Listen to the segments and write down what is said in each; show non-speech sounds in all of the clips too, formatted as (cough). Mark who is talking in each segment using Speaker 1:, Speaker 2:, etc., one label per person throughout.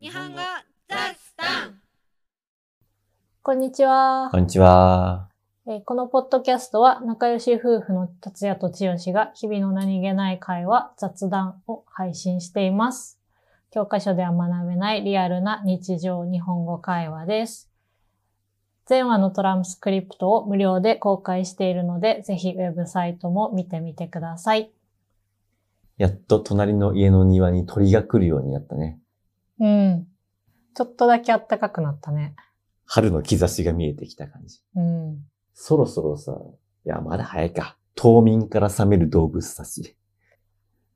Speaker 1: 日本語ザスタン
Speaker 2: こんにちは
Speaker 3: こ、んにちは。
Speaker 2: えーこのポッドキャストは仲良し夫婦の達也と千代が日々の何気ない会話、雑談を配信しています。教科書では学べないリアルな日常日本語会話です。前話のトランスクリプトを無料で公開しているので、ぜひウェブサイトも見てみてください。
Speaker 3: やっと隣の家の庭に鳥が来るようになったね。
Speaker 2: うん。ちょっとだけ暖かくなったね。
Speaker 3: 春の兆しが見えてきた感じ。
Speaker 2: うん。
Speaker 3: そろそろさ、いや、まだ早いか。冬眠から覚める動物たち。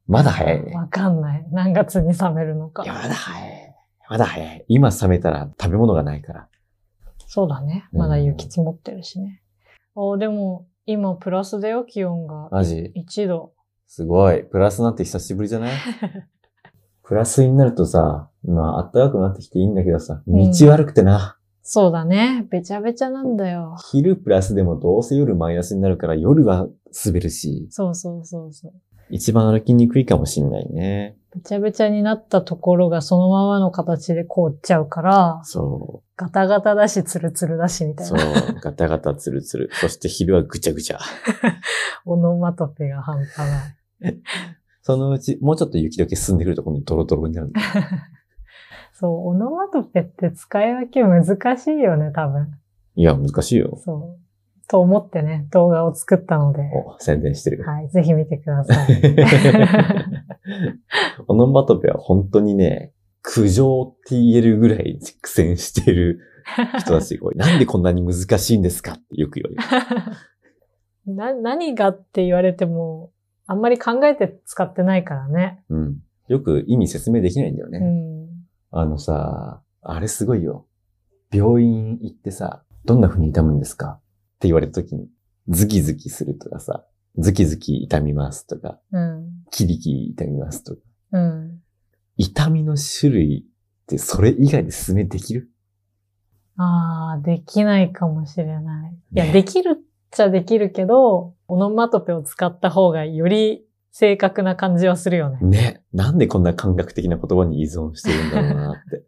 Speaker 3: まだ早いね。
Speaker 2: わかんない。何月に冷めるの
Speaker 3: いや、
Speaker 2: か。
Speaker 3: まだ早い。まだ早い。今覚めたら食べ物がないから。
Speaker 2: そうだね。
Speaker 3: うん
Speaker 2: まだ雪積もってるしね。あでも、今プラスだよ、気温が。
Speaker 3: マジ
Speaker 2: 1度。 (laughs)
Speaker 3: すごい。プラスなんて久しぶりじゃないプラスになるとさ、まあ、暖かくなってきていいんだけどさ、
Speaker 2: うん
Speaker 3: 道悪くてな。
Speaker 2: そうだね。べちゃべちゃなんだよ。
Speaker 3: 昼プラスでもどうせ夜マイナスになるから夜は滑るし、
Speaker 2: そうそうそうそう。
Speaker 3: 一番歩きにくいかもしんないね。
Speaker 2: べちゃべちゃになったところがそのままの形で凍っちゃうから、
Speaker 3: そ
Speaker 2: ガタガタだし、ツルツルだし、み
Speaker 3: う。
Speaker 2: たい
Speaker 3: そ
Speaker 2: な。
Speaker 3: う。ガタガタツルツル。 (laughs) そして昼はぐちゃぐちゃ。
Speaker 2: オノマトペが半端ない。
Speaker 3: そのうち、もうちょっと雪解け進んでくると今度ドロドロに
Speaker 2: (laughs)
Speaker 3: なるんだ。
Speaker 2: そう、オノマトペって使い分け難しいよね、多分。
Speaker 3: いや、難しいよ。
Speaker 2: そう。と思ってね、動画を作ったので、
Speaker 3: お、宣伝してる。
Speaker 2: はい、ぜひ見てください。
Speaker 3: (laughs)
Speaker 2: (laughs)
Speaker 3: オノマトペは本当にね、苦情って言えるぐらい苦戦している人たち
Speaker 2: (laughs)
Speaker 3: が多い。なんでこんなに難しいんですかってよく言われ
Speaker 2: (laughs)
Speaker 3: る。
Speaker 2: な、何がって言われても、あんまり考えて使ってないからね。
Speaker 3: うん。よく意味説明できないんだよね。
Speaker 2: うん。
Speaker 3: あのさ、あれすごいよ。病院行ってさ、どんな風に痛むんですかって言われた時に、ズキズキするとかさ、ズキズキ痛みますとか、
Speaker 2: うん。
Speaker 3: キリキリ痛みますとか、
Speaker 2: うん。
Speaker 3: 痛みの種類ってそれ以外で説明できる
Speaker 2: ああ、できないかもしれない。いや、
Speaker 3: ね
Speaker 2: できるっちゃできるけど、オノマトペを使った方がより正確な感じはするよね。
Speaker 3: ね。なんでこんな感覚的な言葉に依存してるんだろうなって。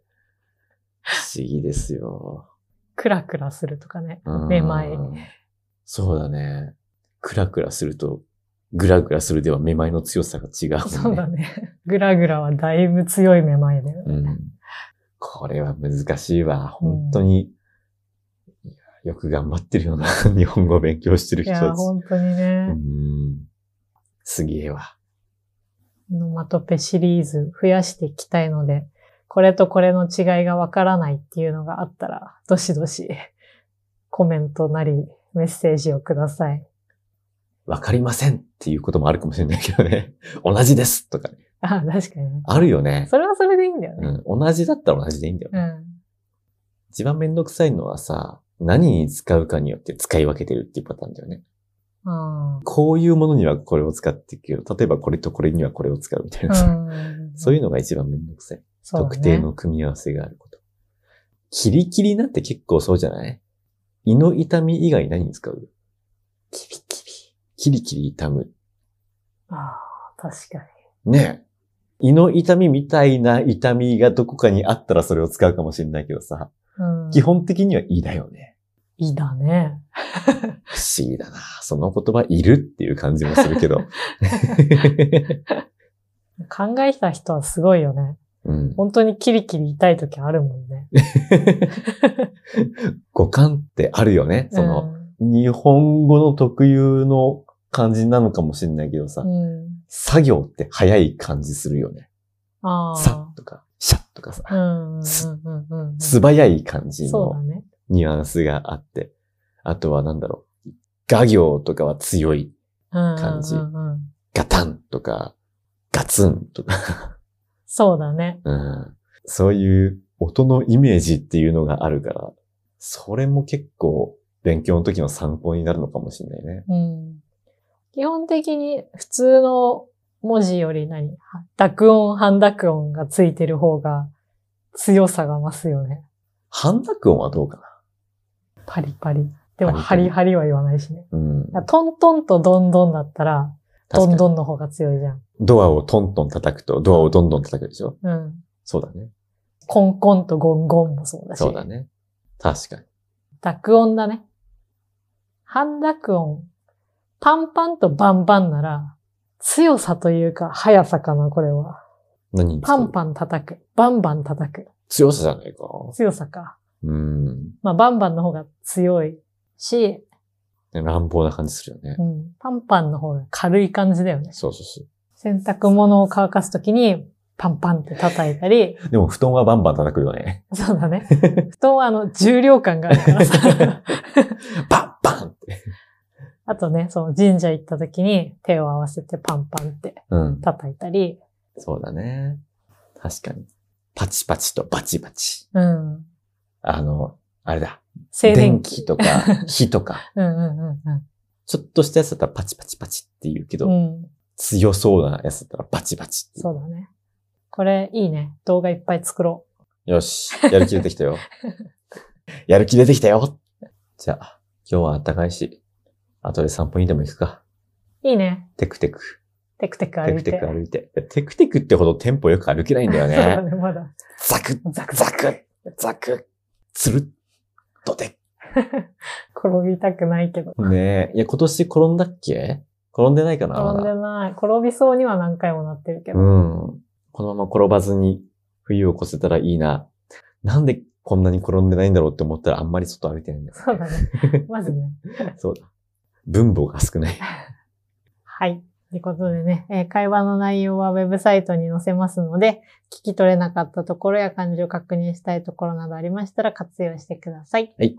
Speaker 3: 不思議ですよ。
Speaker 2: クラクラするとかね。
Speaker 3: うん
Speaker 2: めまい。
Speaker 3: そうだね。クラクラすると、グラグラするではめまいの強さが違うもんね。
Speaker 2: そうだね。グラグラはだいぶ強いめまいだよ
Speaker 3: う
Speaker 2: ね。
Speaker 3: んこれは難しいわ。本当に、いやよく頑張ってるよな。 (laughs) 日本語を勉強してる
Speaker 2: い
Speaker 3: 人
Speaker 2: や、
Speaker 3: たち。
Speaker 2: 本当にね
Speaker 3: う。んすげえわ。
Speaker 2: オノマトペシリーズ増やしていきたいので、これとこれの違いがわからないっていうのがあったら、どしどしコメントなりメッセージをください。
Speaker 3: わかりませんっていうこともあるかもしれないけどね。 (laughs) 同じですとかね。
Speaker 2: あ、確かにね。
Speaker 3: あるよね。
Speaker 2: それはそれでいいんだよね。
Speaker 3: うん。同じだったら同じでいいんだよ。
Speaker 2: うん。
Speaker 3: 一番めんどくさいのはさ、何に使うかによって使い分けてるっていうパターンだよね。
Speaker 2: あ
Speaker 3: こういうものにはこれを使っていくけど、例えばこれとこれにはこれを使うみたいなさ。
Speaker 2: ー
Speaker 3: そういう
Speaker 2: の、
Speaker 3: のが一番めんどくさい。
Speaker 2: そうだね
Speaker 3: 特定の組み合わせがあること。キリキリなんて結構そうじゃない胃の痛み以外何に使うキリキリ。キリキリ痛む。
Speaker 2: ああ、確かに。
Speaker 3: ねえ。胃の痛みみたいな痛みがどこかにあったらそれを使うかもしれないけどさ、
Speaker 2: うん。
Speaker 3: 基本的には胃だよね。
Speaker 2: いいだね。
Speaker 3: 不思議だな。その言葉いるっていう感じもす
Speaker 2: (laughs)
Speaker 3: るけど。
Speaker 2: 考えた人はすごいよね。
Speaker 3: うん、
Speaker 2: (laughs) 本当にキリキリ痛い時あるもんね。
Speaker 3: 五感ってあるよね。その、日本語の特有の感じなのかもしれないけどさ、
Speaker 2: うん。うん。
Speaker 3: 作業って早い感じするよね。
Speaker 2: ああ。
Speaker 3: さっとか、シャッとかさ、
Speaker 2: うんうんうんうんうん。
Speaker 3: 素早い感じ
Speaker 2: そうだ
Speaker 3: の
Speaker 2: ね。
Speaker 3: ニュアンスがあって、あとはなんだろう、画行とかは強い、
Speaker 2: 感
Speaker 3: 感じ
Speaker 2: うんうんうん、
Speaker 3: ガタンとか、ガツンとか、
Speaker 2: そうだね。
Speaker 3: うん、そういう音のイメージっていうのがあるから、それも結構勉強の時の参考になるのかもしれないね。
Speaker 2: うん、基本的に普通の文字より何は濁音、半濁音がついてる方が強さが増すよね。
Speaker 3: 半濁音はどうか
Speaker 2: パリパリ。でも、ハ
Speaker 3: パリパリ
Speaker 2: リハリは言わないしね。
Speaker 3: な。うん。
Speaker 2: だからトントンとドンドンだったら、ド
Speaker 3: 確か
Speaker 2: ン
Speaker 3: に
Speaker 2: ドンの方が強いじゃん。
Speaker 3: ドアをトントン叩くと、ドアをどんどん叩くでしょ
Speaker 2: うん。
Speaker 3: そうだね。
Speaker 2: コンコンとゴンゴンもそうだし。
Speaker 3: そうだね。確かに。
Speaker 2: 濁音だね。半濁音。パンパンとバンバンなら、強さというか、速さかな、これは。
Speaker 3: 何に使
Speaker 2: パ
Speaker 3: う
Speaker 2: ンパン叩く。バンバン叩く。
Speaker 3: 強さじゃないか。
Speaker 2: 強さか。
Speaker 3: うん。
Speaker 2: まあ、バンバンの方が強いし、
Speaker 3: 乱暴な感じするよね
Speaker 2: う。ん、パンパンの方が軽い感じだよね。
Speaker 3: そうそうそ
Speaker 2: 洗濯物を乾かすときに、パンパンって叩いたり、 (laughs)
Speaker 3: う。でも布団はバンバン叩くよね。
Speaker 2: そうだね。布団はあの、重量感があるから
Speaker 3: (laughs)
Speaker 2: さ。
Speaker 3: (laughs) バンバンって。
Speaker 2: あとね、その神社行ったときに手を合わせてパンパンって
Speaker 3: うん。
Speaker 2: 叩いたり、
Speaker 3: そうだね。確かに。パチパチとバチバチ。
Speaker 2: うん。
Speaker 3: あの、あれだ。
Speaker 2: 静電気。
Speaker 3: 気と (laughs) か、火とか。
Speaker 2: うんうんうん
Speaker 3: ちょっとしたやつだったらパチパチパチって言うけど、
Speaker 2: うん。うん。
Speaker 3: 強そうなやつだったらバチバチって言
Speaker 2: そうだね。これいいね。動画いっぱい作ろ
Speaker 3: う。よし。やる気出てき
Speaker 2: (laughs)
Speaker 3: たよ。やる気出てきたよ。じゃあ、今日は暖かいし、後で散歩にでも行くか。
Speaker 2: う。いいね。
Speaker 3: テクテク。
Speaker 2: テクテク
Speaker 3: テ
Speaker 2: 歩
Speaker 3: ク
Speaker 2: いて。
Speaker 3: テク歩いて。いやテクテクってほどテンポよく歩けないんだよ
Speaker 2: (laughs) そうだ
Speaker 3: ね。
Speaker 2: ね、まだ。
Speaker 3: ザクッ
Speaker 2: ザクザ
Speaker 3: ザクッザクッつるっとて。
Speaker 2: ク。転びたくないけど。
Speaker 3: ねえ。いや、今年転んだっけ転んでないかなま
Speaker 2: 転ん
Speaker 3: だ
Speaker 2: でない。転びそうには何回もなってるけ
Speaker 3: う
Speaker 2: ど。
Speaker 3: ん。このまま転ばずに冬を越せたらいいな。なんでこんなに転んでないんだろうって思ったらあんまり外歩いてないんだよ。
Speaker 2: そうだ (laughs) ね。まずね。
Speaker 3: そうだ。分母が少ない。
Speaker 2: はい。ということでね、えー会話の内容はウェブサイトに載せますので、聞き取れなかったところや漢字を確認したいところなどありましたら活用してください。
Speaker 3: はい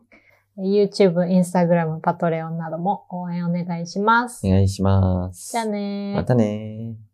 Speaker 2: えー。YouTube、Instagram、パトレオンなども応援お願いします。
Speaker 3: お願いします。
Speaker 2: じゃあねー。
Speaker 3: またねー。